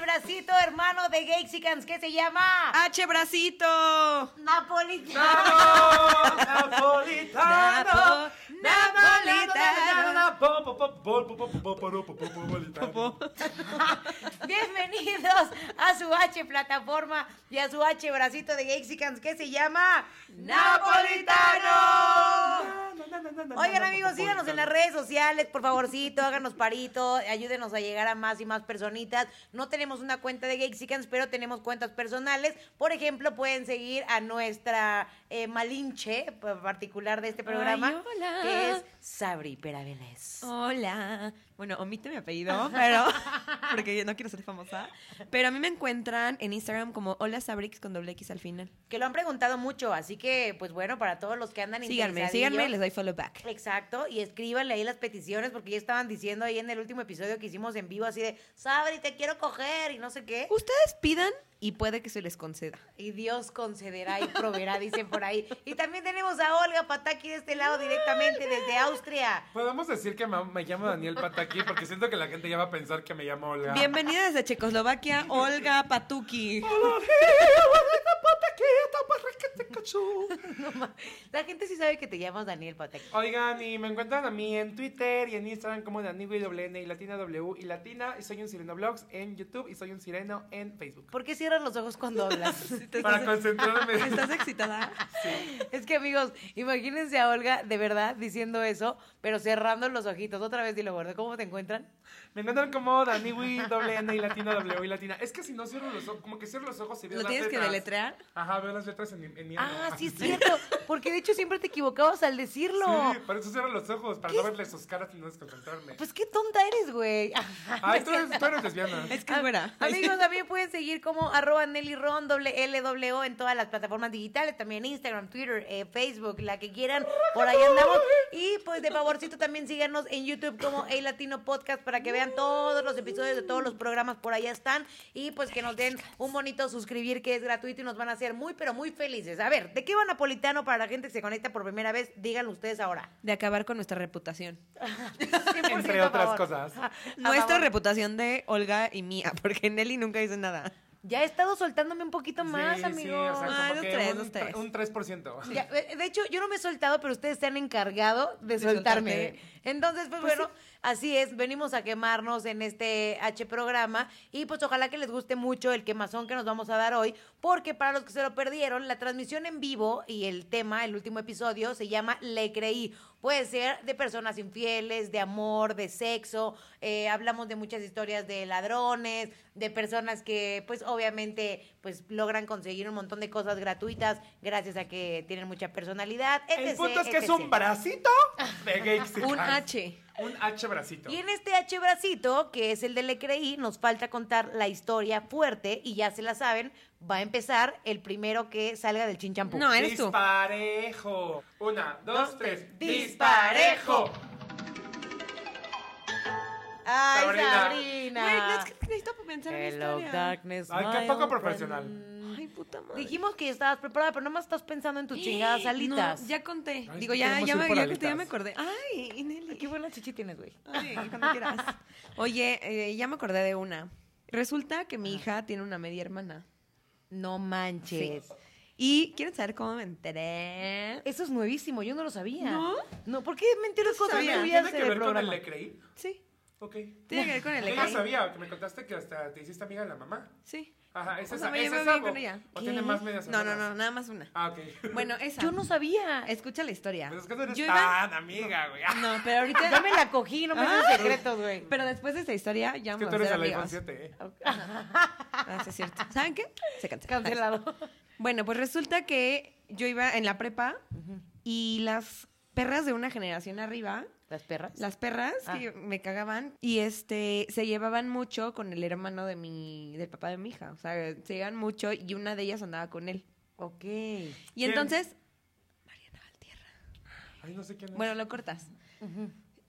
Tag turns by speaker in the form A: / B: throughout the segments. A: bracito hermano de Gexicans que se llama
B: H bracito.
A: Napolitano.
C: ¡Vamos! ¡Napolitano! ¡Napolitano!
A: Bienvenidos a su H plataforma y a su H bracito de Gexicans que se llama Napolitano. Oigan amigos, síganos en las redes sociales, por favorcito, háganos parito, ayúdenos a llegar a más y más personitas. No tenemos una cuenta de Gexicans, pero tenemos cuentas personales. Por ejemplo, pueden seguir a nuestra eh, malinche particular de este programa,
B: Ay, hola.
A: que es Sabri Pera Vélez.
B: Hola. Bueno, omite mi apellido, pero porque no quiero ser famosa. Pero a mí me encuentran en Instagram como hola Sabrix con doble X al final.
A: que lo han preguntado mucho, así que pues bueno, para todos los que andan
B: Síganme,
A: interesadillos-
B: síganme, les doy follow back.
A: Exacto, y escríbanle ahí las peticiones porque ya estaban diciendo ahí en el último episodio que hicimos en vivo así de, Sabri, te quiero coger y no sé qué.
B: Ustedes pidan y puede que se les conceda.
A: Y Dios concederá y proveerá, dicen por ahí. Y también tenemos a Olga Pataki de este lado directamente desde Austria.
C: Podemos decir que me, me llamo Daniel Pataki porque siento que la gente ya va a pensar que me llamo Olga.
B: Bienvenida desde Checoslovaquia, Olga Patuki.
A: La gente sí sabe que te llamas Daniel Pataki.
C: Oigan, y me encuentran a mí en Twitter y en Instagram como Dani y WN y Latina W y Latina. Y soy un sireno blogs en YouTube y soy un sireno en Facebook.
A: ¿Por qué cierras los ojos cuando hablas?
B: ¿Te
C: Para
B: estás-
C: concentrarme.
B: ¿Estás excitada?
A: Es que amigos, imagínense a Olga de verdad diciendo eso, pero cerrando los ojitos. Otra vez dilo, gordo, ¿cómo te encuentran?
C: Me encuentran como Dani Will, doble N y Latina, W y Latina. Es que si no cierro los ojos, como que cierro los ojos y veo
B: ¿Lo
C: las
B: tienes que
C: letras.
B: deletrear?
C: Ajá, veo las letras en mi, en mi
A: Ah,
C: ano.
A: sí es cierto, porque de hecho siempre te equivocabas al decirlo.
C: Sí, para eso cierro los ojos, para no verle sus caras y no desconcentrarme.
A: Pues qué tonta eres, güey.
C: Ay, tú eres, tú eres lesbiana.
B: Es que es buena.
A: Ah, Amigos, también pueden seguir como arroba Nelly Ron, doble L, doble O, en todas las plataformas digitales, también Instagram, Twitter, eh, Facebook, la que quieran, por ahí andamos. Y pues de favorcito también síganos en YouTube como El Latino Podcast para que vean todos los episodios de todos los programas, por allá están. Y pues que nos den un bonito suscribir que es gratuito y nos van a hacer muy, pero muy felices. A ver, ¿de qué va Napolitano para la gente que se conecta por primera vez? Díganlo ustedes ahora.
B: De acabar con nuestra reputación.
A: 100%
C: Entre
A: a
C: otras
A: favor.
C: cosas.
A: A
B: Nuestra
A: favor.
B: reputación de Olga y mía, porque Nelly nunca dice nada.
A: Ya he estado soltándome un poquito más,
C: Sí, sí,
A: amigo.
C: o sea, como
B: Ah,
C: que
B: los tres,
C: un,
B: los tres.
C: un 3%.
A: Ya, eh, de hecho, yo no me he soltado, pero ustedes se han encargado de,
B: De
A: soltarme.
B: soltarte.
A: Entonces, pues, bueno, así es, venimos a quemarnos en este H programa y pues ojalá que les guste mucho el quemazón que nos vamos a dar hoy, porque para los que se lo perdieron, la transmisión en vivo y el tema, el último episodio, se llama Le Creí. Puede ser de personas infieles, de amor, de sexo, eh, hablamos de muchas historias de ladrones, de personas que pues obviamente pues logran conseguir un montón de cosas gratuitas gracias a que tienen mucha personalidad.
C: El
A: etc,
C: punto es que es
A: etc..
C: un bracito de gay
B: Un H.
C: Un H bracito.
A: Y en este H bracito, que es el de Le Creí, nos falta contar la historia fuerte y ya se la saben, va a empezar el primero que salga del chinchampú.
B: No, eres tú.
C: Disparejo. Una, dos,
A: Dos, tres.
C: tres.
A: ¡Disparejo!
C: ¡Disparejo!
A: ¡Ay,
C: Sabrina.
A: Sabrina!
B: Güey, no, es que necesito pensar en la
A: Hello,
B: historia.
A: darkness,
C: Ay, qué
A: my
C: poco
A: old
C: profesional.
A: friend.
B: Ay, puta madre.
A: Dijimos que estabas preparada, pero nomás estás pensando en tus chingadas
B: No,
A: alitas.
B: ya conté.
C: Ay,
B: Digo, ya,
C: queremos
B: ya,
C: ir
B: me,
C: por
B: ya conté, ya
C: alitas.
B: me acordé. Ay, y Nelly.
A: Qué buena chichi tienes, güey.
B: Ay, cuando quieras. Oye, eh, ya me acordé de una. Resulta que mi hija tiene una media hermana.
A: No manches.
B: Y quieren saber cómo me enteré.
A: Eso es nuevísimo, yo no lo sabía.
B: ¿No?
A: No, ¿por qué me entero de cosas
B: sabía.
A: nuevas
C: ¿Tiene
A: en el
C: que ver con el
A: programa?
C: le creí?
B: Sí.
C: Ok.
B: Tiene que ver con el
C: Yo ya
B: Ecai.
C: sabía, que me contaste que hasta te hiciste amiga de la mamá.
B: Sí.
C: Ajá, ¿es
B: O
C: esa,
B: sea, me
C: ¿es
B: llevo
C: esa
B: bien
C: o,
B: con ella.
C: o tiene más medias
B: No, no,
C: hermanas?
B: no, nada más una.
C: Ah, ok.
B: Bueno, esa.
A: Yo no sabía.
B: Escucha la historia.
C: Pues es que no eres
B: Yo iba-
C: tan amiga, güey. Ah,
B: No, pero ahorita.
A: Ya me la cogí, no me
B: Ah.
A: hagas secretos, güey.
B: Pero después de esta historia ya
C: Es que
B: vamos
C: tú
B: a
C: eres
B: ser
C: el iPhone
B: amigas.
C: 7, ¿eh?
B: Ah, sí, es cierto. ¿Saben qué? Se cancela.
A: Cancelado.
B: Bueno, pues resulta que yo iba en la prepa y las perras de una generación arriba,
A: ¿Las perras?
B: las perras
C: Ah.
B: que me cagaban y este se llevaban mucho con el hermano de mi del papá de mi hija, o sea, se llevan mucho y una de ellas andaba con él.
A: Ok.
B: Y
C: ¿Quién?
B: entonces Mariana Valtierra.
C: Ay, no sé quién es.
B: Bueno, lo cortas.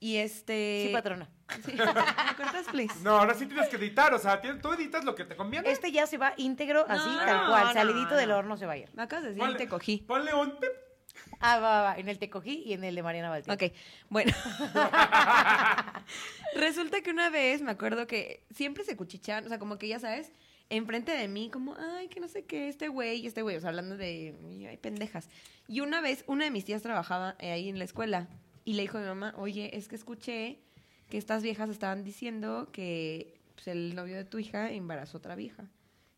B: Y este
A: Sí, patrona.
B: Sí. ¿Lo cortas, please?
C: No, ahora sí tienes que editar, o sea, tien- tú editas lo que te conviene.
A: Este ya se va íntegro, así,
B: No,
A: tal
B: no,
A: cual.
B: no,
A: salidito
B: no.
A: del horno se va a ir.
B: Me acabas de decir,
C: Ponle-
B: te cogí.
C: Ponle un pip.
A: Ah, va, va, va. En el te cogí y en el de Mariana Valtierra.
B: Ok, bueno. Resulta que una vez me acuerdo que siempre se cuchichean, o sea, como que ya sabes, enfrente de mí como, ay, que no sé qué, este güey y este güey, o sea, hablando de, ay, pendejas. Y una vez, una de mis tías trabajaba eh, ahí en la escuela y le dijo a mi mamá, oye, es que escuché que estas viejas estaban diciendo que pues, el novio de tu hija embarazó a otra vieja.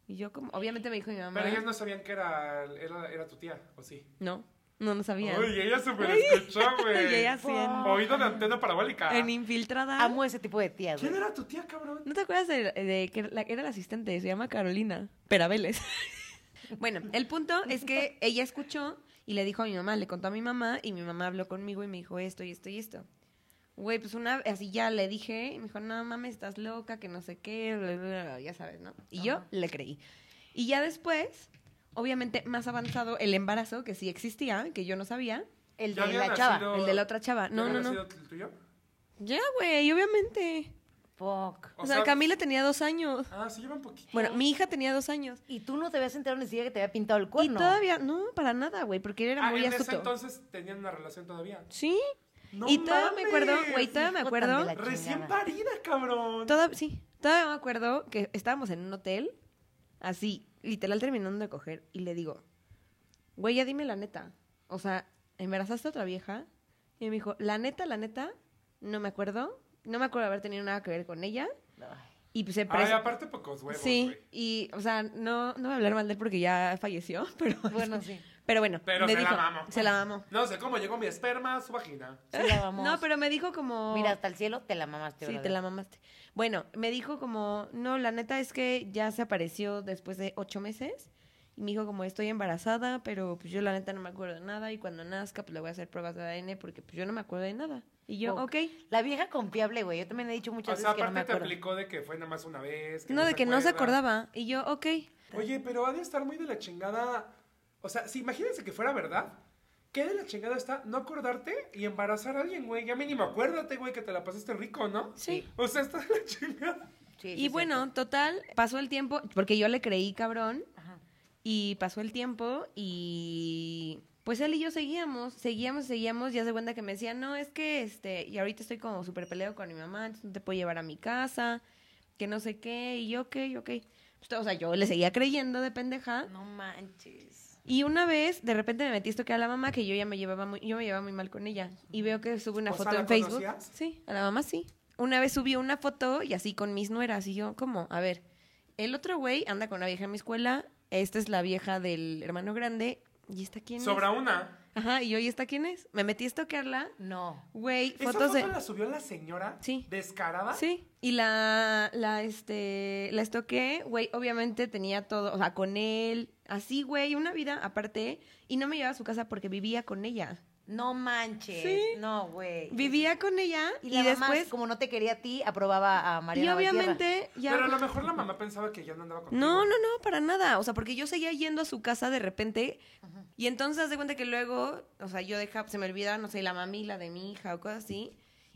B: Y yo como, obviamente me dijo mi mamá,
C: Pero ellos no sabían que era, era, era tu tía, ¿o sí?
B: no, no, no sabía.
C: Uy, ella super escuchó, güey.
B: Y ella sí, en-
C: Oído de antena parabólica.
B: en infiltrada.
A: Amo ese tipo de tías,
C: ¿Quién
A: güey.
C: era tu tía, cabrón?
B: ¿No te acuerdas de, de que la- era la asistente? Se llama Carolina Perabeles. bueno, el punto es que ella escuchó y le dijo a mi mamá, le contó a mi mamá y mi mamá habló conmigo y me dijo esto y esto y esto. Güey, pues una, así ya le dije, y me dijo, no mames, estás loca, que no sé qué, bla, bla, bla", ya sabes, ¿no? Y yo
A: Ajá.
B: le creí. Y ya después, obviamente más avanzado el embarazo, que sí existía, que yo no sabía,
A: El
C: Ya
A: de la
C: había
A: chava.
C: nacido-
B: el de la otra chava. No,
C: ¿Ya
B: no,
C: había
B: no.
C: sido el tuyo?
B: Ya, güey, obviamente.
A: Fuck.
B: o sea, Camila tenía dos años.
C: Ah, se llevan poquito.
B: Bueno, mi hija tenía dos años.
A: Y tú no te habías enterado ni siquiera que te había pintado el
B: Y
A: cuerno.
B: todavía, no, para nada, güey, porque él era
C: Ah,
B: muy
C: en ese
B: astuto.
C: entonces tenían una relación todavía.
B: Sí.
C: ¡No
B: y todavía me acuerdo,
C: mames!
B: güey, todavía me
A: Hijo tan de
B: acuerdo.
A: la
C: Recién
A: chingada.
C: parida, cabrón.
B: toda- sí, todavía me acuerdo que estábamos en un hotel, así, literal terminando de coger, y le digo, güey, ya dime la neta. O sea, ¿embarazaste a otra vieja? Y me dijo, la neta, la neta, no me acuerdo. No me acuerdo de haber tenido nada que ver con ella.
A: Ay.
B: Y pues se
C: Ay,
B: parece.
C: aparte pocos huevos,
B: sí,
C: güey.
B: y, o sea, no, no voy a hablar mal de él porque ya falleció, pero
A: Bueno, sí.
B: Pero bueno,
C: Pero
B: me
C: se la
B: dijo-
C: mamó.
B: se la mamó.
C: No sé cómo llegó mi esperma a su vagina.
A: Sí, la vamos.
B: No, pero me dijo como...
A: Mira, hasta el cielo te la mamaste,
B: Sí,
A: brother.
B: te la mamaste. Bueno, me dijo como, no, la neta es que ya se apareció después de ocho meses. Y me dijo como, estoy embarazada, pero pues yo la neta no me acuerdo de nada. Y cuando nazca, pues le voy a hacer pruebas de ADN porque pues yo no me acuerdo de nada. Y yo,
A: Fuck.
B: ok.
A: La vieja confiable, güey. Yo también he dicho muchas
C: o sea,
A: veces que no
C: aparte
A: me
C: te
A: acuerdo.
C: aplicó de que fue nada más una vez.
B: No, de que no se
C: acuerda.
B: acordaba. Y yo, ok.
C: Oye, pero ha de estar muy de la chingada. O sea, si imagínense que fuera verdad. ¿Qué de la chingada está no acordarte y embarazar a alguien, güey? Ya mínimo acuérdate, güey, que te la pasaste rico, ¿no?
B: Sí.
C: O sea, está de la chingada.
A: Sí, sí,
B: Y
A: sí.
B: bueno, total, pasó el tiempo, porque yo le creí cabrón.
A: Ajá.
B: Y pasó el tiempo y pues él y yo seguíamos, seguíamos, seguíamos, ya se cuenta que me decía, no, es que este, y ahorita estoy como súper peleado con mi mamá, entonces no te puedo llevar a mi casa, que no sé qué, y yo, ok, ok. Pues, to- o sea, yo le seguía creyendo de pendeja.
A: No manches.
B: Y una vez, de repente me metí esto que a la mamá, que yo ya me llevaba muy, yo me llevaba muy mal con ella. Y veo que sube una
C: O sea,
B: foto
C: ¿la
B: en Facebook.
C: conocías?
B: Sí, a la mamá sí. Una vez subió una foto y así con mis nueras. Y yo, como, a ver, el otro güey anda con una vieja en mi escuela. Esta es la vieja del hermano grande. ¿Y esta quién
C: Sobra una.
B: es? Ajá, y yo, ¿y esta quién es? Me metí a estoquearla.
A: No.
B: Güey,
C: ¿Esa
B: fotos de.
C: foto la subió la señora?
B: Sí.
C: ¿Descarada?
B: Sí, y la, la, este, la estoqué, güey, obviamente tenía todo, o sea, con él, así, güey, una vida aparte, y no me llevaba a su casa porque vivía con ella.
A: No manches.
B: Sí.
A: No, güey.
B: Vivía con ella y,
A: Y, la mamá,
B: después,
A: como no te quería a ti, aprobaba a
B: y
A: Mariana Valtierra.
B: obviamente ya...
C: Pero a lo mejor la mamá pensaba que ya no andaba contigo.
B: No, no, no, para nada. O sea, porque yo seguía yendo a su casa de repente. Y entonces haz de cuenta que luego, o sea, yo dejaba, se me olvidaba, no sé, la mamila de mi hija o cosas así.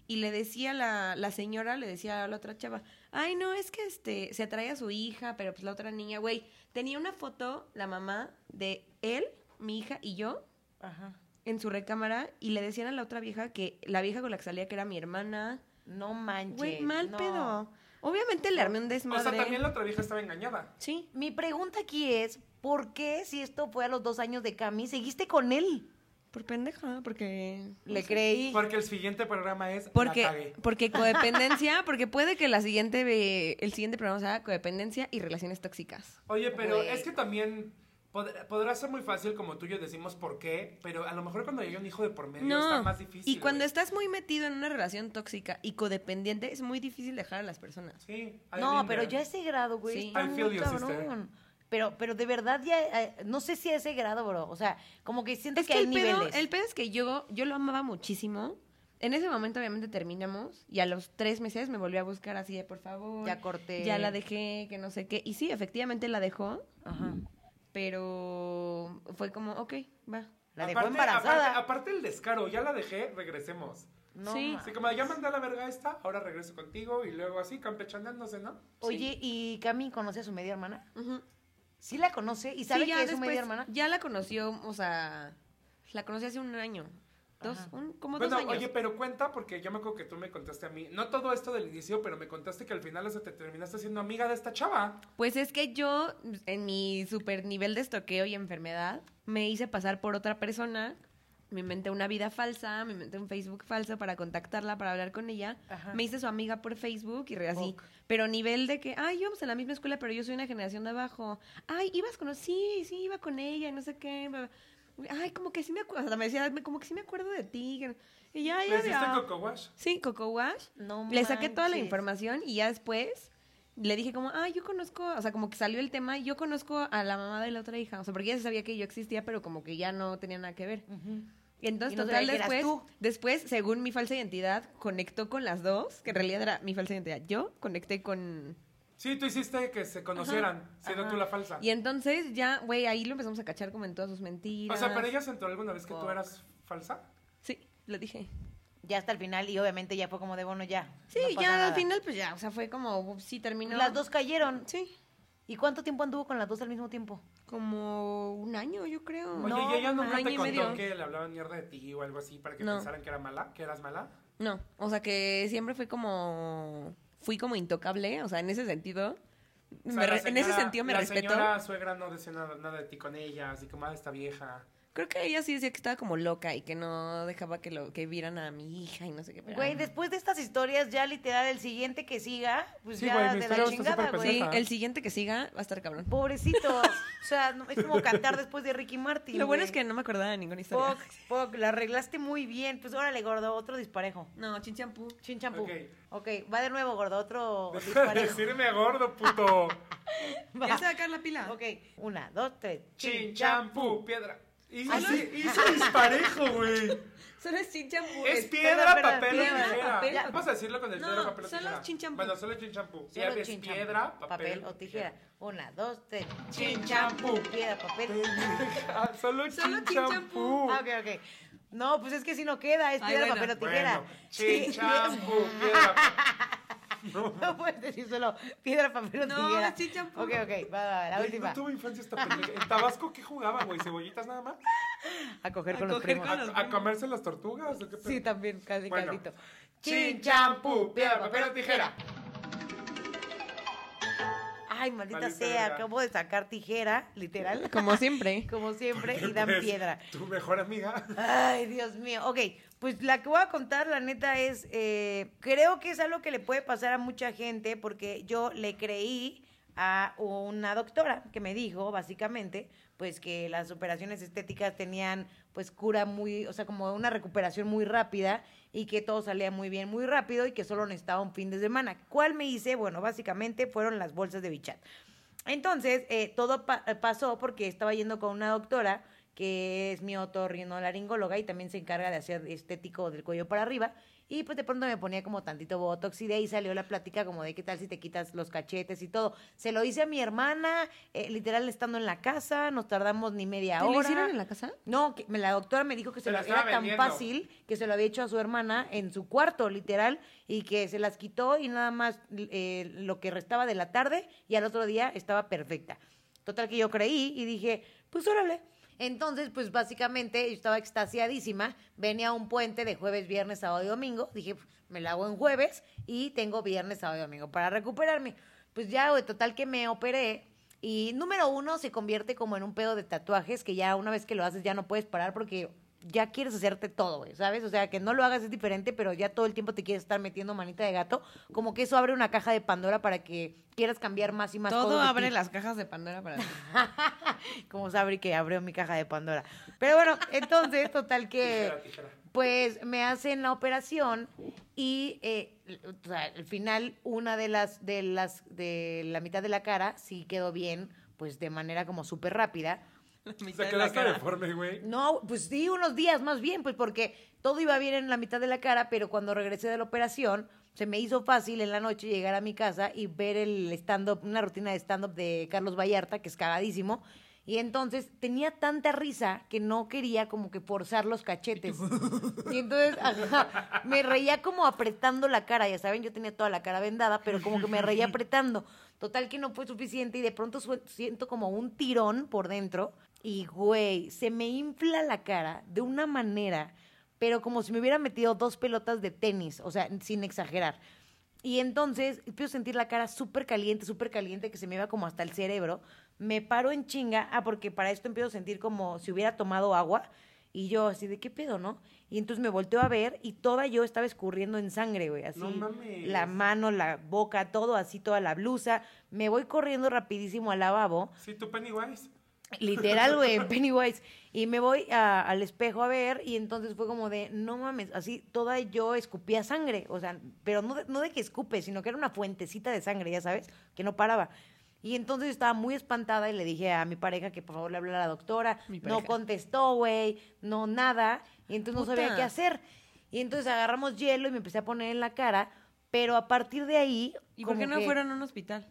B: Y le decía la, la señora, le decía a la otra chava, ay, no, es que este, se atrae a su hija, pero pues la otra niña, güey, tenía una foto, la mamá, de él, mi hija y yo,
A: Ajá.
B: en su recámara, y le decían a la otra vieja que la vieja con la que salía, que era mi hermana,
A: No manches.
B: güey, mal
A: no.
B: pedo. Obviamente le armé un
C: O
B: desmadre.
C: sea, también la otra vieja estaba engañada.
B: Sí.
A: Mi pregunta aquí es, ¿por qué si esto fue a los dos años de Cami, seguiste con él?
B: Por pendeja, porque
A: Le creí.
C: Porque el siguiente programa es. La
B: porque
C: cagué.
B: porque codependencia, porque puede que la siguiente ve- el siguiente programa sea codependencia y relaciones tóxicas.
C: Oye, pero
A: Güey.
C: es que también pod- podrá ser muy fácil como tú y yo decimos por qué, pero a lo mejor cuando llega un hijo de por medio está más difícil.
B: y cuando
C: güey.
B: estás muy metido en una relación tóxica y codependiente es muy difícil dejar a las personas.
C: Sí. I've
A: No,
C: been
A: pero
C: there.
A: ya a ese grado, güey.
B: Sí.
A: está
C: I
A: muy
C: feel you,
A: cabrón.
C: sister.
A: Pero, pero de verdad ya, eh, no sé si a ese grado, bro. O sea, como que siento
B: Es que
A: hay
B: el pedo,
A: niveles.
B: el pedo es que yo yo lo amaba muchísimo. En ese momento obviamente terminamos y a los tres meses me volvió a buscar así de por favor.
A: Ya corté.
B: Ya la dejé, que no sé qué. Y sí, efectivamente la dejó,
A: Ajá.
B: pero fue como, ok, va.
A: La dejó
C: Aparte-
A: embarazada.
C: Aparte, aparte el descaro, ya la dejé, regresemos.
A: No
B: Sí.
A: mames.
C: Así como ya mandé a la verga esta, ahora regreso contigo y luego así campechaneándose, ¿no?
A: Oye, ¿y Cami conoce a su media hermana?
B: Ujú.
A: Sí la conoce y sabe
B: Sí,
A: que es
B: ya
A: su
B: después-
A: media hermana.
B: Ya la conoció, o sea, la conocí hace un año. Dos,
A: Ajá.
B: un- como
C: Bueno,
B: dos años.
C: oye, pero cuenta, porque yo me acuerdo que tú me contaste a mí, no todo esto del inicio, pero me contaste que al final hasta te terminaste siendo amiga de esta chava.
B: Pues es que yo, en mi super nivel de estoqueo y enfermedad, me hice pasar por otra persona. Me inventé una vida falsa, me inventé un Facebook falso para contactarla, para hablar con ella.
A: Ajá.
B: Me hice su amiga por Facebook y re- así.
A: Ok.
B: Pero nivel de que, ay, íbamos en la misma escuela, pero yo soy una generación de abajo. Ay, ibas con... Sí, sí, iba con ella y no sé qué. bla, bla. Ay, como que sí me acuerdo. Me decía, como que sí me acuerdo de ti. que no- Y ya,
C: ¿Le
B: ya,
C: hiciste
B: ya.
C: Pues, Coco Wash?
B: Sí, Coco Wash.
A: No
B: Le saqué toda la
A: manches.
B: información y ya después le dije como, ah, yo conozco, o sea, como que salió el tema, yo conozco a la mamá de la otra hija, o sea, porque ella sabía que yo existía, pero como que ya no tenía nada que ver. Y entonces,
A: Y no
B: total,
A: sabía que eras
B: después,
A: tú.
B: después, según mi falsa identidad, conectó con las dos, que en realidad era mi falsa identidad. Yo conecté con...
C: Sí, tú hiciste que se conocieran, siendo
B: Ajá.
C: tú la falsa.
B: Y entonces ya, güey, ahí lo empezamos a cachar como en todas sus
C: o
B: mentiras.
C: sea, pero ella se enteró alguna vez que tú
B: Fuck.
C: eras falsa.
B: Sí, lo dije.
A: Ya hasta el final y obviamente ya fue como de bueno ya.
B: Sí,
A: no pasa
B: ya al
A: nada.
B: final, pues ya, o sea, fue como, sí, terminó.
A: Las dos cayeron.
B: Sí,
A: ¿Y cuánto tiempo anduvo con las dos al mismo tiempo?
B: como un año, yo creo.
C: Oye,
A: No,
C: ¿y ella
B: Mm.
C: nunca
B: año
C: te
B: y
C: contó
B: medio.
C: que le hablaban mierda de ti o algo así para que
B: No.
C: pensaran que era mala, que eras mala?
B: No, o sea que siempre fui como fui como intocable, o sea, en ese sentido
C: O sea,
B: me
C: la
B: re- en ese
C: señora-
B: sentido me
C: la
B: respetó.
C: señora suegra no decía nada, nada de ti con ella, así como, ah, esta vieja.
B: Creo que ella sí decía que estaba como loca y que no dejaba que lo que vieran a mi hija y no sé qué, pero
A: Güey, después de estas historias, ya literal, el siguiente que siga, pues
C: Sí,
A: ya
C: güey, mi
A: de
C: historia
A: la
C: está
A: chingada,
C: súper
A: güey.
B: sí,
C: Ajá.
B: el siguiente que siga va a estar cabrón.
A: Pobrecito. O sea, no- es como cantar después de Ricky Martin.
B: Lo bueno
A: güey.
B: es que no me acordaba de ninguna historia.
A: Poc, poc, la arreglaste muy bien. Pues órale, gordo, otro disparejo.
B: No, chinchampú.
A: Chin champú.
C: Ok.
A: ok, va de nuevo, gordo, otro
B: Oh,
C: Deja de
A: disparejo.
C: decirme gordo, puto.
A: Va.
B: Ya se va a caer la pila.
A: Ok, una, dos, tres.
C: Chin, champú, piedra. Y
A: Ah,
C: sí, hizo disparejo, güey.
B: Solo es chinchampú.
C: Es
B: es-
C: piedra,
A: piedra,
C: papel o
A: piedra,
C: tijera.
B: papel.
C: Ya, Vamos a decirlo con el
B: No,
C: piedra, papel o
B: solo
C: tijera.
B: chin champú.
C: Bueno, solo chin champú. Ya
A: Solo
C: ves
A: chin champú,
C: piedra, papel,
A: o tijera. Una, dos, tres.
C: Chin
A: champú,
C: champú.
A: Piedra, papel.
C: Pendeja, Ah,
B: Solo
C: solo chin
B: chin
C: champú.
B: champú.
A: Ah, ok, ok. No, pues es que si no queda, es
B: Ay,
A: piedra,
B: bueno.
A: papel o tijera.
C: Bueno, chin
A: Sí.
C: champú, piedra.
A: No puedes decir solo piedra, papel o
B: No,
A: tijera.
B: es chin champú.
A: Ok, ok, va, va, va, la
C: Güey,
A: última.
C: No tuve infancia esta pendeja. ¿En Tabasco qué jugaba, güey? ¿Cebollitas nada más?
A: A coger
B: A
A: con los
B: coger
A: primos.
B: con los-
C: ¿A, a comerse las tortugas? ¿o qué pedo?
A: Sí, también, casi,
C: Bueno.
A: casito.
C: Chin, champú, piedra, papel o tijera.
A: Ay, maldita,
C: Maldita
A: sea,
C: verga.
A: acabo de sacar tijera, literal,
B: Como siempre.
A: como siempre,
C: ¿Qué
A: y dan
C: ves?
A: piedra.
C: Pues, Tu mejor amiga.
A: Ay, Dios mío. Ok, pues la que voy a contar, la neta, es. eh, creo que es algo que le puede pasar a mucha gente, porque yo le creí a una doctora que me dijo, básicamente, pues que las operaciones estéticas tenían, pues, cura muy. O sea, como una recuperación muy rápida y que todo salía muy bien, muy rápido y que solo necesitaba un fin de semana. ¿Cuál me hice? Bueno, básicamente fueron las bolsas de bichat. Entonces, eh, todo pa- pasó porque estaba yendo con una doctora que es mi otorrinolaringóloga y también se encarga de hacer estético del cuello para arriba. Y pues de pronto me ponía como tantito botox y de ahí salió la plática como de qué tal si te quitas los cachetes y todo. Se lo hice a mi hermana, eh, literal estando en la casa, nos tardamos ni media
B: ¿Te
A: hora.
B: lo hicieron en la casa?
A: No, que me- la doctora me dijo que se
C: Te
A: lo,
C: la estaba
A: era tan
C: vendiendo.
A: fácil que se lo había hecho a su hermana en su cuarto, literal, y que se las quitó y nada más eh, lo que restaba de la tarde y al otro día estaba perfecta. Total que yo creí y dije, pues órale. Entonces, pues básicamente yo estaba extasiadísima, venía a un puente de jueves, viernes, sábado y domingo, dije, "Pues, me la hago en jueves y tengo viernes, sábado y domingo para recuperarme. Pues ya, güey, total que me operé y número uno, se convierte como en un pedo de tatuajes que ya una vez que lo haces ya no puedes parar porque ya quieres hacerte todo, güey, ¿sabes? O sea, que no lo hagas es diferente, pero ya todo el tiempo te quieres estar metiendo manita de gato. Como que eso abre una caja de Pandora para que quieras cambiar más y más
B: Todo
A: cosas de
B: abre
A: ti.
B: las cajas de Pandora para ti.
A: Como Sabri que abrió mi caja de Pandora. Pero bueno, entonces, total que...
C: Tijera, tijera.
A: Pues me hacen la operación y eh, o sea, al final una de las de las de la mitad de la cara sí quedó bien, pues de manera como súper rápida.
B: La
C: O
B: mitad
C: sea,
B: de la
C: quedaste
B: cara.
C: deforme, güey.
A: No, pues sí, unos días más bien, pues porque todo iba bien en la mitad de la cara, pero cuando regresé de la operación, se me hizo fácil en la noche llegar a mi casa y ver el stand-up, una rutina de stand-up de Carlos Vallarta, que es cagadísimo. Y entonces tenía tanta risa que no quería como que forzar los cachetes. Y entonces ajá, me reía como apretando la cara, ya saben, yo tenía toda la cara vendada, pero como que me reía apretando. Total que no fue suficiente y de pronto sue- siento como un tirón por dentro y güey, se me infla la cara de una manera, pero como si me hubiera metido dos pelotas de tenis, o sea, sin exagerar. Y entonces empiezo a sentir la cara súper caliente, súper caliente, que se me iba como hasta el cerebro. Me paro en chinga, ah, porque para esto empiezo a sentir como si hubiera tomado agua. Y yo así de, ¿qué pedo, no? Y entonces me volteo a ver y toda yo estaba escurriendo en sangre, güey. Así,
C: No mames.
A: la mano, la boca, todo así, toda la blusa. Me voy corriendo rapidísimo al lavabo.
C: Sí, tu Pennywise.
A: Literal, güey, en Pennywise. Y me voy a- al espejo a ver y entonces fue como de, no mames, así toda yo escupía sangre, o sea, pero no de, no de que escupe, sino que era una fuentecita de sangre, ya sabes, que no paraba. Y entonces yo estaba muy espantada y le dije a mi pareja que por favor le hablara a la doctora.
B: Mi
A: No
B: pareja.
A: contestó, güey, no nada. Y entonces no sabía
B: Puta.
A: qué hacer. Y entonces agarramos hielo y me empecé a poner en la cara, pero a partir de ahí...
B: ¿Y por
A: como
B: qué no
A: que-
B: fueron a un hospital?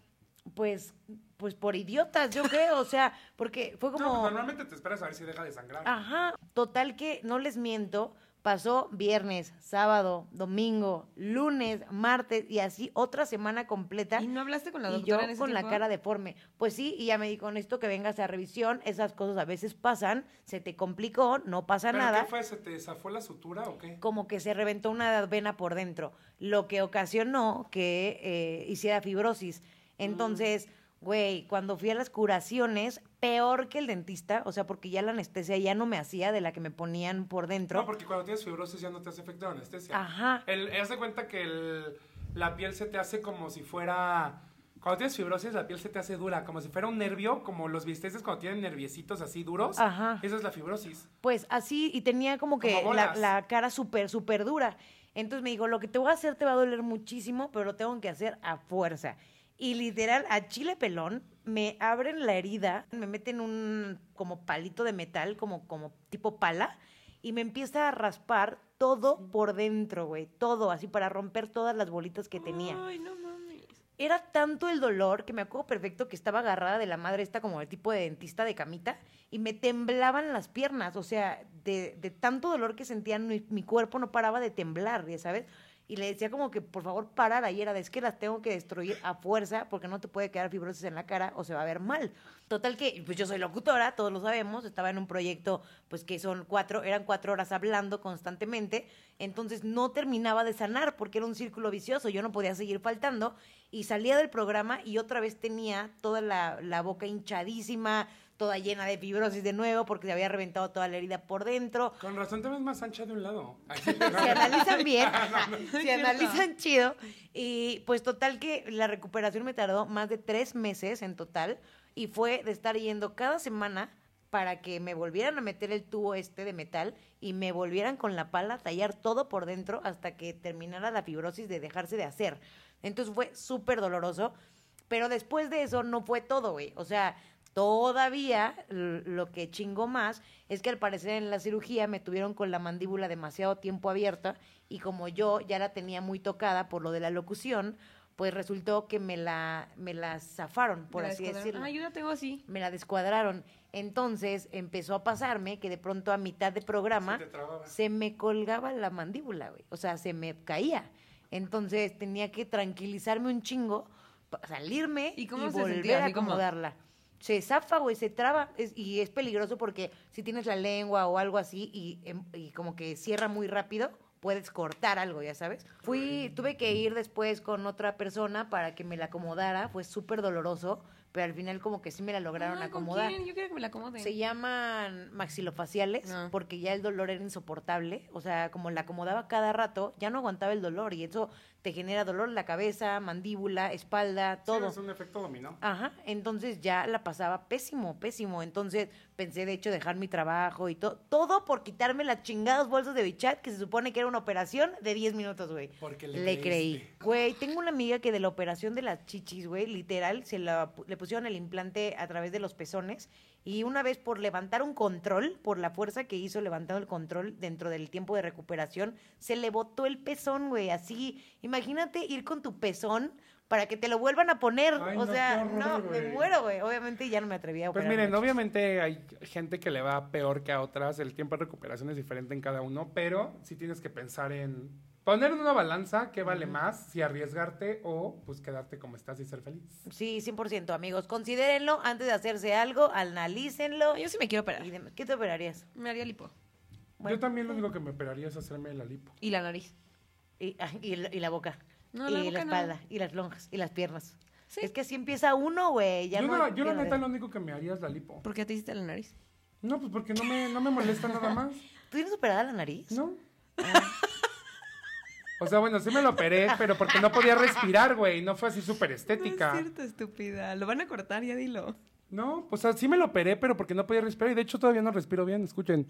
A: Pues, pues por idiotas, yo creo, o sea, porque fue como...
C: No, pues normalmente te esperas a ver si deja de sangrar.
A: Ajá. Total que no les miento, pasó viernes, sábado, domingo, lunes, martes y así otra semana completa.
B: ¿Y no hablaste con la
A: Y
B: doctora
A: yo
B: en ese
A: con la
B: tiempo?
A: cara deforme. Pues sí, y ya me dijo, esto que vengas a revisión, esas cosas a veces pasan, se te complicó, no pasa
C: ¿Pero
A: nada
C: qué fue? ¿Se te zafó la sutura o qué?
A: como que se reventó una vena por dentro, lo que ocasionó que eh, hiciera fibrosis.
C: Mm.
A: Entonces, güey, cuando fui a las curaciones, peor que el dentista, o sea, porque ya la anestesia ya no me hacía de la que me ponían por dentro.
C: No, porque cuando tienes fibrosis ya no te hace efecto de anestesia.
A: Ajá.
C: El, haz de cuenta que el- la piel se te hace como si fuera... Cuando tienes fibrosis, la piel se te hace dura, como si fuera un nervio, como los bisteces cuando tienen nerviecitos así duros.
A: Ajá.
C: Esa es la fibrosis.
A: Pues así, y tenía como que
C: Como
A: la,
C: bolas.
A: la cara súper, súper dura. Entonces me dijo, lo que te voy a hacer te va a doler muchísimo, pero lo tengo que hacer a fuerza. Y literal, a chile pelón, me abren la herida, me meten un como palito de metal, como, como tipo pala, y me empieza a raspar todo por dentro, güey, todo, así para romper todas las bolitas que tenía.
B: Ay, no mames.
A: Era tanto el dolor que me acuerdo perfecto que estaba agarrada de la madre esta como el tipo de dentista de camita y me temblaban las piernas, o sea, de, de tanto dolor que sentía mi, mi cuerpo no paraba de temblar, ya sabes. Y le decía como que por favor parara y era de es que las tengo que destruir a fuerza porque no te puede quedar fibrosis en la cara o se va a ver mal. Total que pues yo soy locutora, todos lo sabemos, estaba en un proyecto pues que son cuatro, eran cuatro horas hablando constantemente, entonces no terminaba de sanar porque era un círculo vicioso, yo no podía seguir faltando y salía del programa y otra vez tenía toda la, la boca hinchadísima, toda llena de fibrosis de nuevo porque se había reventado toda la herida por dentro.
C: Con razón te ves más ancha de un lado. Ay, sí,
A: Se
C: no.
A: analizan bien, ajá, se
B: Cierto.
A: analizan chido. Y pues total que la recuperación me tardó más de tres meses en total y fue de estar yendo cada semana para que me volvieran a meter el tubo este de metal y me volvieran con la pala a tallar todo por dentro hasta que terminara la fibrosis de dejarse de hacer. Entonces fue súper doloroso. Pero después de eso no fue todo, güey. O sea, todavía l- lo que chingó más es que al parecer en la cirugía me tuvieron con la mandíbula demasiado tiempo abierta y como yo ya la tenía muy tocada por lo de la locución, pues resultó que me la, me la zafaron, por
B: Me la
A: así
B: descuadraron.
A: decirlo.
B: Ah, yo la tengo así.
A: Me la descuadraron. Entonces empezó a pasarme que de pronto a mitad de programa
C: Se te trababa.
A: se me colgaba la mandíbula, güey. O sea, se me caía. Entonces tenía que tranquilizarme un chingo, pa- salirme
B: ¿Y
A: y,
B: cómo se
A: volver
B: sentía?
A: a
B: Así como-
A: acomodarla. Se zafa, güey, se traba. Es- y es peligroso porque si tienes la lengua o algo así y, em- y como que cierra muy rápido, puedes cortar algo, ya sabes. Fui, tuve que ir después con otra persona para que me la acomodara. Fue súper doloroso, pero al final como que sí me la lograron
B: Ah, ¿con
A: acomodar.
B: quién? Yo quiero que me la acomoden.
A: Se llaman maxilofaciales
B: Ah.
A: porque ya el dolor era insoportable, o sea, como la acomodaba cada rato, ya no aguantaba el dolor y eso te genera dolor en la cabeza, mandíbula, espalda,
C: Sí,
A: todo.
C: es un efecto dominó.
A: Ajá, entonces ya la pasaba pésimo, pésimo. Entonces pensé, de hecho, dejar mi trabajo y todo, todo por quitarme las chingadas bolsas de bichat, que se supone que era una operación de 10 minutos, güey.
C: Porque le
A: creí.
C: creíste.
A: Güey, tengo una amiga que de la operación de las chichis, güey, literal, se la, pu- le pusieron el implante a través de los pezones y una vez por levantar un control, por la fuerza que hizo levantando el control dentro del tiempo de recuperación, se le botó el pezón, güey, así. Imagínate ir con tu pezón para que te lo vuelvan a poner.
C: Ay,
A: o
C: no,
A: sea,
C: qué horror,
A: no, me
C: güey.
A: muero, güey. Obviamente ya no me atreví a
C: Pues
A: operar.
C: miren, obviamente hay gente que le va peor que a otras, el tiempo de recuperación es diferente en cada uno, pero sí tienes que pensar en poner en una balanza qué vale más, si arriesgarte o pues quedarte como estás y ser feliz.
A: Sí, 100%, amigos. Considérenlo antes de hacerse algo, analícenlo.
B: No, yo sí me quiero operar.
A: Y dem- ¿Qué te operarías?
B: Me haría lipo.
A: Bueno.
C: Yo también lo único que me operaría es hacerme la lipo.
B: Y la nariz.
A: Y, ah, y la- y la boca.
B: No,
A: y
B: la
A: la,
B: boca no.
A: espalda. Y las lonjas. Y las piernas.
B: Sí.
A: Es que así empieza uno, güey. Ya
C: yo,
A: no,
C: la, yo la
A: ya no
C: neta
A: ves.
C: lo único que me haría es la lipo.
B: ¿Por qué te hiciste la nariz?
C: No, pues porque no me, no me molesta nada más.
A: ¿Tú tienes operada la nariz?
C: No. O sea, bueno, sí me lo operé, pero porque no podía respirar, güey. No fue así súper
B: No
C: estética.
B: es cierto, estúpida. Lo van a cortar, ya dilo.
C: No, pues o sea, sí me lo operé, pero porque no podía respirar. Y de hecho todavía no respiro bien, escuchen.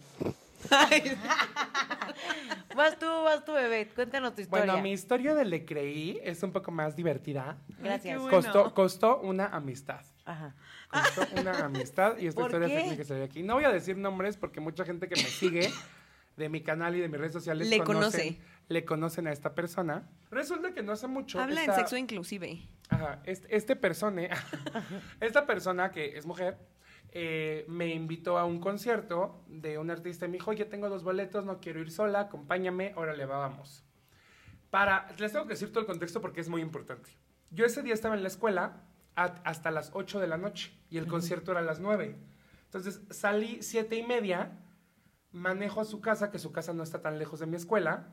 A: Vas tú, vas tú, bebé. Cuéntanos tu historia.
C: Bueno, mi historia de Le Creí es un poco más divertida.
A: Gracias.
B: Ay, qué
C: Costó, costó una amistad.
A: Ajá.
C: Costó una amistad y esta
A: ¿Por
C: historia
A: qué?
C: técnica que se ve aquí. No voy a decir nombres porque mucha gente que me sigue de mi canal y de mis redes sociales
B: Le
C: conocen-
B: conoce.
C: le conocen a esta persona. Resulta que no hace mucho.
B: Habla en
C: esta-
B: sexo inclusive.
C: Ajá, este, este persone, esta persona que es mujer, eh, me invitó a un concierto de un artista y me dijo, oye, tengo dos boletos, no quiero ir sola, acompáñame, órale, va, vamos. Para, les tengo que decir todo el contexto porque es muy importante. Yo ese día estaba en la escuela a- hasta las 8 de la noche y el concierto era a las 9. Entonces salí siete y media, manejo a su casa, que su casa no está tan lejos de mi escuela,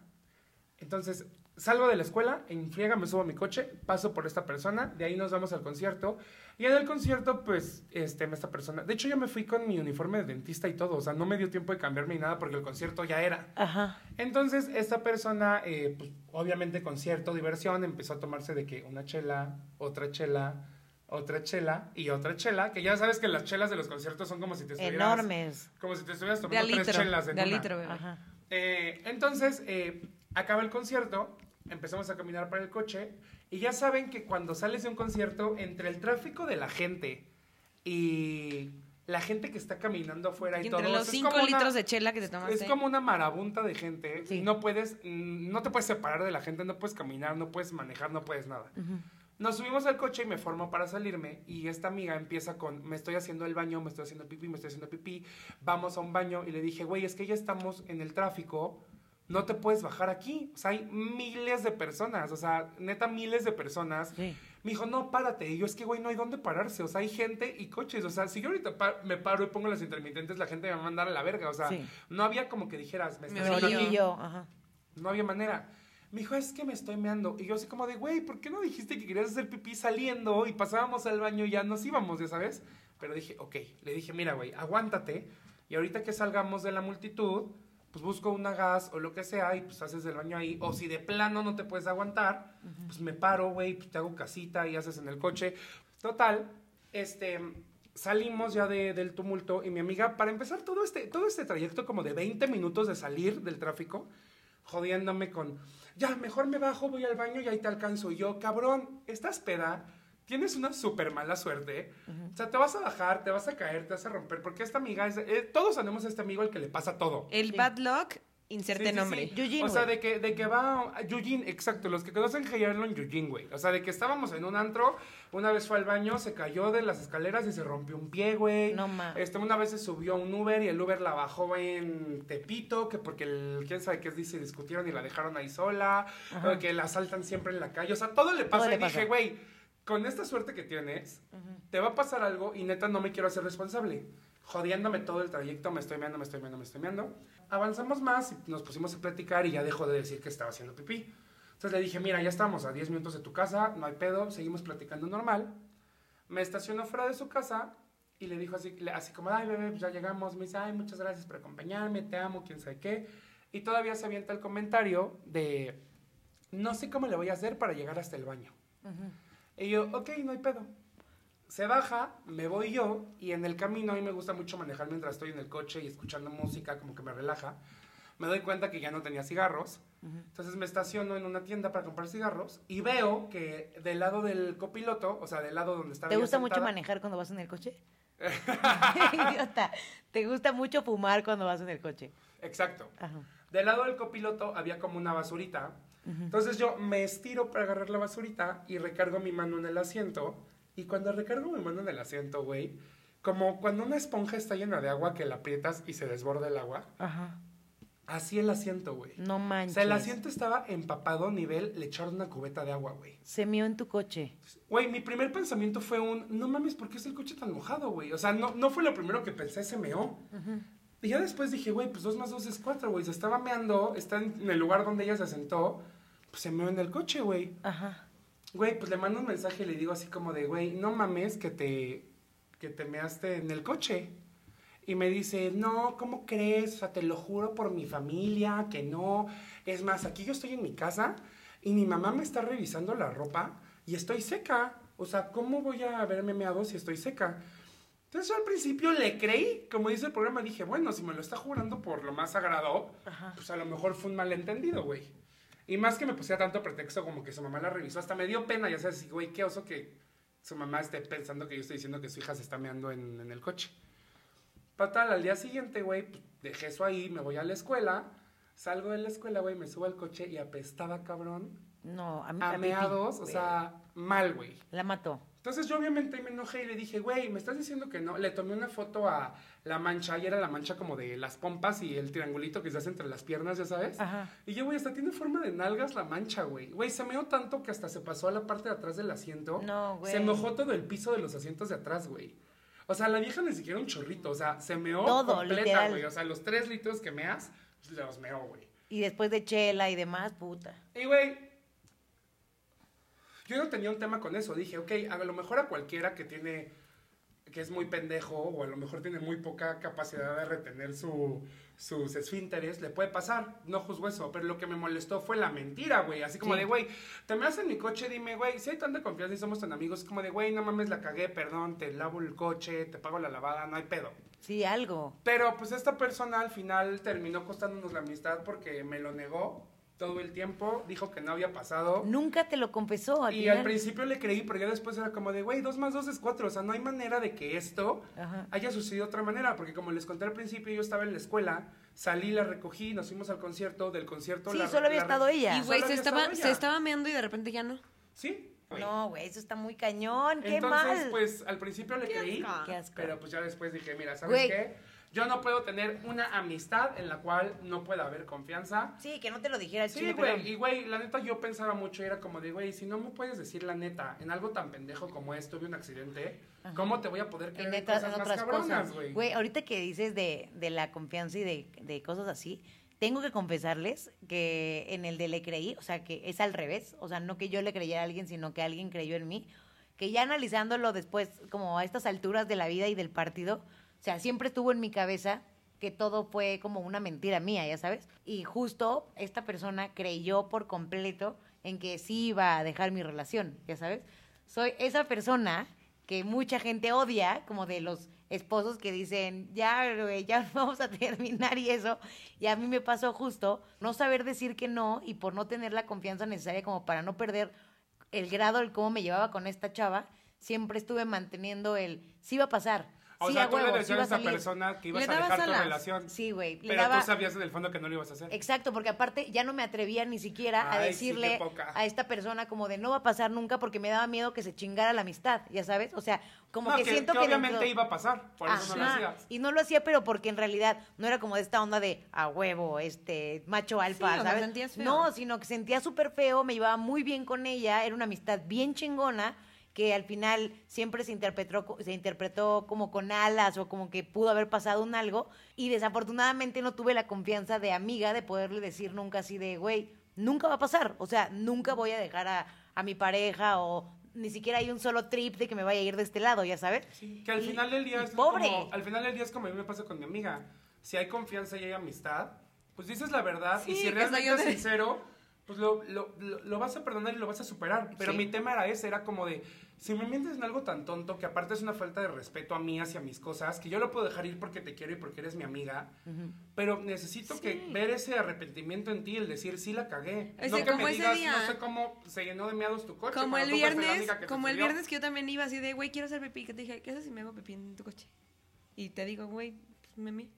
C: entonces, salgo de la escuela, en friega me subo a mi coche, paso por esta persona, de ahí nos vamos al concierto. Y en el concierto, pues, este, esta persona. De hecho, yo me fui con mi uniforme de dentista y todo, o sea, no me dio tiempo de cambiarme ni nada porque el concierto ya era.
A: Ajá.
C: Entonces, esta persona, eh, pues, obviamente concierto, diversión, empezó a tomarse de que una chela, otra chela, otra chela y otra chela, que ya sabes que las chelas de los conciertos son como si te estuvieras...
A: Enormes.
C: Como si te estuvieras
B: De a
C: tomando tres
B: litro.
C: chelas en
B: De a
C: una.
B: litro, bebé.
A: Ajá.
C: Eh, entonces, eh, acaba el concierto, empezamos a caminar para el coche y ya saben que cuando sales de un concierto, entre el tráfico de la gente y la gente que está caminando afuera y,
B: Y
C: todo,
B: entre los
C: es
B: 5
C: como una-
B: litros de chela que te tomaste.
C: es como una marabunta de gente. ¿eh?
A: Sí.
C: No puedes, mm, no te puedes separar de la gente, no puedes caminar, no puedes manejar, no puedes nada. Nos subimos al coche y me formo para salirme y esta amiga empieza con, me estoy haciendo el baño, me estoy haciendo pipí, me estoy haciendo pipí, vamos a un baño y le dije, güey, es que ya estamos en el tráfico, no te puedes bajar aquí. O sea, hay miles de personas, o sea, neta miles de personas.
A: Sí.
C: Me dijo, no, párate. Y yo, es que, güey, no hay dónde pararse. O sea, hay gente y coches. O sea, si yo ahorita pa- me paro y pongo las intermitentes, la gente me va a mandar a la verga. O sea,
A: Sí.
C: no había como que dijeras, me
B: Me
C: estaciono
B: orillo.
C: aquí.
A: yo, ajá.
C: No había manera. Me dijo, es que me estoy meando. Y yo así como de, güey, ¿por qué no dijiste que querías hacer pipí saliendo? Y pasábamos al baño y ya nos íbamos, ya sabes. Pero dije, ok. Le dije, mira, güey, aguántate. Y ahorita que salgamos de la multitud, pues busco una gas o lo que sea y pues haces el baño ahí. O si de plano no te puedes aguantar, pues me paro, güey, pues te hago casita y haces en el coche. Total, este, salimos ya de- del tumulto y mi amiga, para empezar todo este, todo este trayecto como de 20 minutos de salir del tráfico, jodiéndome con, ya, mejor me bajo, voy al baño y ahí te alcanzo. Y yo, cabrón, estás peda, tienes una súper mala suerte. O sea, te vas a bajar, te vas a caer, te vas a romper, porque esta amiga, es, eh, todos tenemos a este amigo al que le pasa todo.
B: El bad luck, inserte
C: Sí, sí,
B: nombre.
C: sí.
A: Eugene,
C: o sea,
A: güey.
C: de que, de que va. a- Eugene, exacto. Los que conocen en Eugene, güey. O sea, de que estábamos en un antro. Una vez fue al baño, se cayó de las escaleras y se rompió un pie, güey.
A: No ma.
C: Este, una vez se subió a un Uber y el Uber la bajó en Tepito, que porque el, quién sabe qué dice, discutieron y la dejaron ahí sola. o Que la asaltan siempre en la calle. O sea, todo le pasa.
A: Todo le
C: y dije,
A: pasa.
C: güey, con esta suerte que tienes, te va a pasar algo y neta no me quiero hacer responsable. Jodiéndome todo el trayecto, me estoy meando, me estoy meando, me estoy meando. Avanzamos más y nos pusimos a platicar y ya dejó de decir que estaba haciendo pipí. Entonces le dije, mira, ya estamos a 10 minutos de tu casa, no hay pedo, seguimos platicando normal. Me estacionó fuera de su casa y le dijo así, le- así como, ay, bebé, pues ya llegamos. Me dice, ay, muchas gracias por acompañarme, te amo, quién sabe qué. Y todavía se avienta el comentario de, no sé cómo le voy a hacer para llegar hasta el baño. Y yo, ok, no hay pedo. Se baja, me voy yo, y en el camino a mí me gusta mucho manejar mientras estoy en el coche y escuchando música, como que me relaja. Me doy cuenta que ya no tenía cigarros. Entonces me estaciono en una tienda para comprar cigarros y veo que del lado del copiloto, o sea, del lado donde estaba
A: ¿Te
C: yo
A: gusta mucho
C: sentada-
A: manejar cuando vas en el coche? Idiota. ¿Te gusta mucho fumar cuando vas en el coche?
C: Exacto.
A: Ajá.
C: Del lado del copiloto había como una basurita. Entonces yo me estiro para agarrar la basurita y recargo mi mano en el asiento. Y cuando recargo mi mano en el asiento, güey, como cuando una esponja está llena de agua que la aprietas y se desborda el agua,
A: Ajá.
C: así el asiento, güey.
A: No
C: o
A: manches.
C: sea, el asiento estaba empapado nivel le echaron una cubeta de agua, güey.
A: Se mió en tu coche.
C: Güey, mi primer pensamiento fue un, no mames, ¿por qué es el coche tan mojado, güey? O sea, no, no fue lo primero que pensé, se meó. Y ya después dije, güey, pues 2 más 2 es 4, güey. Se estaba meando, está en en el lugar donde ella se sentó, pues se meó en el coche, güey.
A: Ajá.
C: Güey, pues le mando un mensaje y le digo así como de, güey, no mames que te, que te measte en el coche. Y me dice, no, ¿cómo crees? O sea, te lo juro por mi familia, que no. Es más, aquí yo estoy en mi casa y mi mamá me está revisando la ropa y estoy seca. O sea, ¿cómo voy a verme meado si estoy seca? Entonces yo al principio le creí, como dice el programa, dije, bueno, si me lo está jurando por lo más sagrado, pues a lo mejor fue un malentendido, güey. Y más que me pusiera tanto pretexto como que su mamá la revisó, hasta me dio pena, ya sabes, y, güey, qué oso que su mamá esté pensando que yo estoy diciendo que su hija se está meando en, en el coche. Total, al día siguiente, güey, pues, dejé eso ahí, me voy a la escuela, salgo de la escuela, güey, me subo al coche y apestaba, cabrón,
A: No, a mí Mm, a
C: a
A: mí sí.
C: meados, o sea, mal, güey.
A: La mató.
C: Entonces yo obviamente me enojé y le dije, güey, me estás diciendo que no. Le tomé una foto a la mancha y era la mancha como de las pompas y el triangulito que se hace entre las piernas, ya sabes.
A: Ajá.
C: Y yo, güey, hasta tiene forma de nalgas la mancha, güey. Güey, se meó tanto que hasta se pasó a la parte de atrás del asiento.
A: No, güey.
C: Se mojó todo el piso de los asientos de atrás, güey. O sea, la vieja ni siquiera un chorrito, o sea, se meó
A: Todo,
C: completa,
A: literal.
C: güey. O sea, los tres litros que meas, pues, los meó, güey.
A: Y después de chela y demás, puta.
C: Y güey, yo no tenía un tema con eso. Dije, ok, a lo mejor a cualquiera que tiene, que es muy pendejo o a lo mejor tiene muy poca capacidad de retener su- sus esfínteres, le puede pasar. No juzgo eso, pero lo que me molestó fue la mentira, güey. Así como
A: Sí.
C: de, güey, te me en mi coche, dime, güey, si hay tanta confianza y somos tan amigos, es como de, güey, no mames, la cagué, perdón, te lavo el coche, te pago la lavada, no hay pedo.
A: Sí, algo.
C: Pero pues esta persona al final terminó costándonos la amistad porque me lo negó todo el tiempo, dijo que no había pasado.
A: Nunca te lo confesó al
C: y
A: final.
C: al principio le creí, pero ya después era como de, güey, dos más dos es cuatro. O sea, no hay manera de que esto
A: Ajá.
C: haya sucedido de otra manera. Porque como les conté al principio, yo estaba en la escuela, salí, la recogí, nos fuimos al concierto, del concierto...
A: Sí,
C: la-
A: solo había
C: la-
A: estado ella.
B: Y güey,
C: Solo
B: se
C: había
B: estaba,
C: estado
B: se
C: ella.
B: estaba meando y de repente ya no.
C: Sí. güey.
A: No, güey, eso está muy cañón. ¡Qué
C: Entonces,
A: mal!
C: pues al principio le creí,
B: asco.
A: Qué asco.
C: pero pues ya después dije, mira, ¿sabes
A: Güey.
C: qué? Yo no puedo tener una amistad en la cual no pueda haber confianza.
A: Sí, que no te lo dijera el
C: Sí,
A: chile,
C: güey,
A: pelón.
C: y güey, la neta yo pensaba mucho, era como de, güey, si no me puedes decir la neta en algo tan pendejo como es, tuve un accidente, ¿cómo te voy a poder
A: En,
C: creer en
A: otras- en
C: cosas más
A: otras
C: cabronas,
A: cosas.
C: güey?
A: Güey, ahorita que dices de, de la confianza y de, de cosas así, tengo que confesarles que en el de le creí, o sea, que es al revés, o sea, no que yo le creyera a alguien, sino que alguien creyó en mí, que ya analizándolo después, como a estas alturas de la vida y del partido, o sea, siempre estuvo en mi cabeza que todo fue como una mentira mía, ya sabes. Y justo esta persona creyó por completo en que sí iba a dejar mi relación, ya sabes. Soy esa persona que mucha gente odia, como de los esposos que dicen, ya, güey, ya vamos a terminar y eso. Y a mí me pasó justo no saber decir que no y por no tener la confianza necesaria como para no perder el grado, el cómo me llevaba con esta chava, siempre estuve manteniendo el, sí va a pasar,
C: o
A: sí
C: sea,
A: a
C: tú
A: huevo,
C: le
A: sí va
C: decías a
A: a
C: esa
A: salir.
C: persona que ibas
B: Le
C: a
B: dabas
C: dejar tu
B: alas.
C: relación,
A: Sí, güey, le
C: pero
A: daba-
C: tú sabías en el fondo que no lo ibas a hacer.
A: Exacto, porque aparte ya no me atrevía ni siquiera a
C: Ay, sí, qué
A: decirle
C: poca.
A: a esta persona como de no va a pasar nunca porque me daba miedo que se chingara la amistad, ya sabes, o sea, como
C: No,
A: que,
C: que,
A: siento
C: que
A: que,
C: obviamente
A: dentro-
C: iba a pasar, por eso no lo
A: Ajá,
C: hacías.
A: Y no lo hacía, pero porque en realidad no era como de esta onda de a huevo, este, macho alfa,
B: Sí, o sea,
A: ¿sabes?
B: sentías feo.
A: No, sino que sentía súper feo, me llevaba muy bien con ella, era una amistad bien chingona que al final siempre se interpretó, co- se interpretó como con alas o como que pudo haber pasado un algo y desafortunadamente no tuve la confianza de amiga de poderle decir nunca así de, güey, nunca va a pasar, o sea, nunca voy a dejar a, a mi pareja o ni siquiera hay un solo trip de que me vaya a ir de este lado, ya sabes.
C: Sí, que al
A: Y-
C: final del día
A: y
C: es
A: pobre.
C: como al final del día es como a mí me pasa con mi amiga. Si hay confianza y hay amistad, pues dices la verdad y
B: Sí,
C: si
B: que es la
C: realmente
B: yo
C: es
B: de-
C: sincero, pues lo, lo- lo- lo vas a perdonar y lo vas a superar. Pero
B: Sí.
C: mi tema era ese, era como de si me mientes en algo tan tonto que aparte es una falta de respeto a mí hacia mis cosas, que yo lo puedo dejar ir porque te quiero y porque eres mi amiga, pero necesito que ver ese arrepentimiento en ti, el decir sí la cagué.
B: Es
C: no
B: que
C: que
B: como
C: me
B: ese
C: digas,
B: día-
C: no sé cómo se llenó de miados tu coche.
B: Como
C: cuando
B: el
C: tú fuiste la
B: viernes,
C: única que te
B: como el
C: sirvió.
B: viernes que yo también iba así de, güey, quiero hacer pipí, que te dije, ¿qué haces si me hago pipí en tu coche? Y te digo, güey, pues, me mía.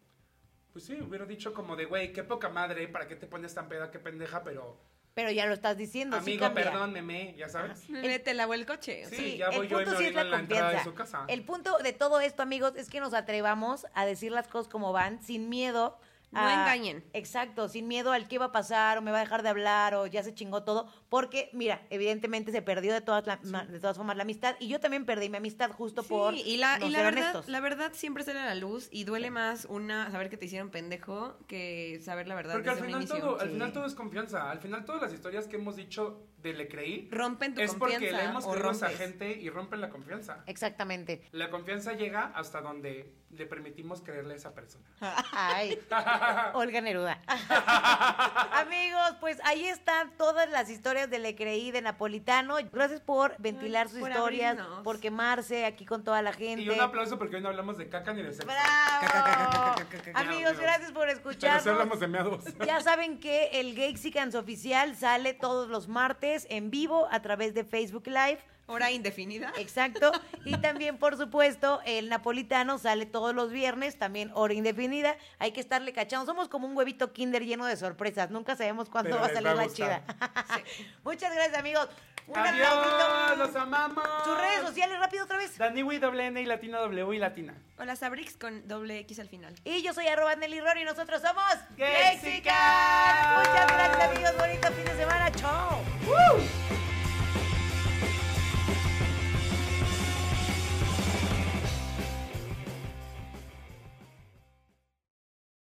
C: Pues sí, hubiera dicho como de, güey, qué poca madre, ¿para qué te pones tan peda, qué pendeja? Pero,
A: Pero ya lo estás diciendo, sí
C: amigo,
A: cambia.
C: perdón, meme, ya sabes.
B: Me me te lavó el coche. o sea.
C: Sí. ya voy
A: el
C: yo y
A: punto
C: me
A: sí es
C: orino
A: la
C: en la entrada de
A: confianza.
C: su casa.
A: El punto de todo esto, amigos, es que nos atrevamos a decir las cosas como van, sin miedo
B: No engañen.
A: Exacto, sin miedo al qué va a pasar, o me va a dejar de hablar, o ya se chingó todo. Porque, mira, evidentemente se perdió de todas, la- ma- de todas formas la amistad. Y yo también perdí mi amistad justo
B: Sí,
A: por
B: y la,
A: no
B: y la
A: ser
B: verdad,
A: honestos.
B: la verdad siempre sale a la luz y duele más una saber que te hicieron pendejo que saber la verdad
C: Porque al
B: desde un
C: final,
B: inicio.
C: todo, al
A: sí.
C: final todo es confianza. Al final todas las historias que hemos dicho de le creí
B: Rompen tu
C: es porque le
B: confianza
C: hemos
B: o
C: creído a esa
B: rompes.
C: gente y rompen la confianza.
A: Exactamente.
C: La confianza llega hasta donde le permitimos creerle a esa persona.
A: Ay, Olga Neruda. Amigos, pues ahí están todas las historias de Le Creí de Napolitano. Gracias por ventilar
B: Ay,
A: sus
B: por
A: historias,
B: abrirnos.
A: por quemarse aquí con toda la gente.
C: Y un aplauso porque hoy no hablamos de caca ni de sexo.
A: ¡Bravo! Amigos,
C: Amigos.
A: gracias por
C: Pero sí hablamos
A: escucharnos.
C: de meados.
A: Ya saben que el Gexicans oficial sale todos los martes en vivo a través de Facebook Live.
B: Hora indefinida.
A: Exacto. Y también, por supuesto, el napolitano sale todos los viernes, también hora indefinida. Hay que estarle cachando. Somos como un huevito kinder lleno de sorpresas. Nunca sabemos cuándo
C: Pero
A: va a
C: les
A: salir
C: va a
A: la chida.
C: gustar.
A: Muchas gracias, amigos. Un
C: Adiós,
A: aplausito.
C: los amamos.
A: Sus redes sociales, rápido otra vez.
C: Dani Wi, doble N y Latina W y Latina.
B: Hola, Sabrix con doble X al final.
A: Y yo soy arroba Nelly Ror y nosotros somos
C: Gexicans.
A: Gexicans. Muchas gracias, amigos. Bonito fin de semana. Chao.
C: ¡Woo!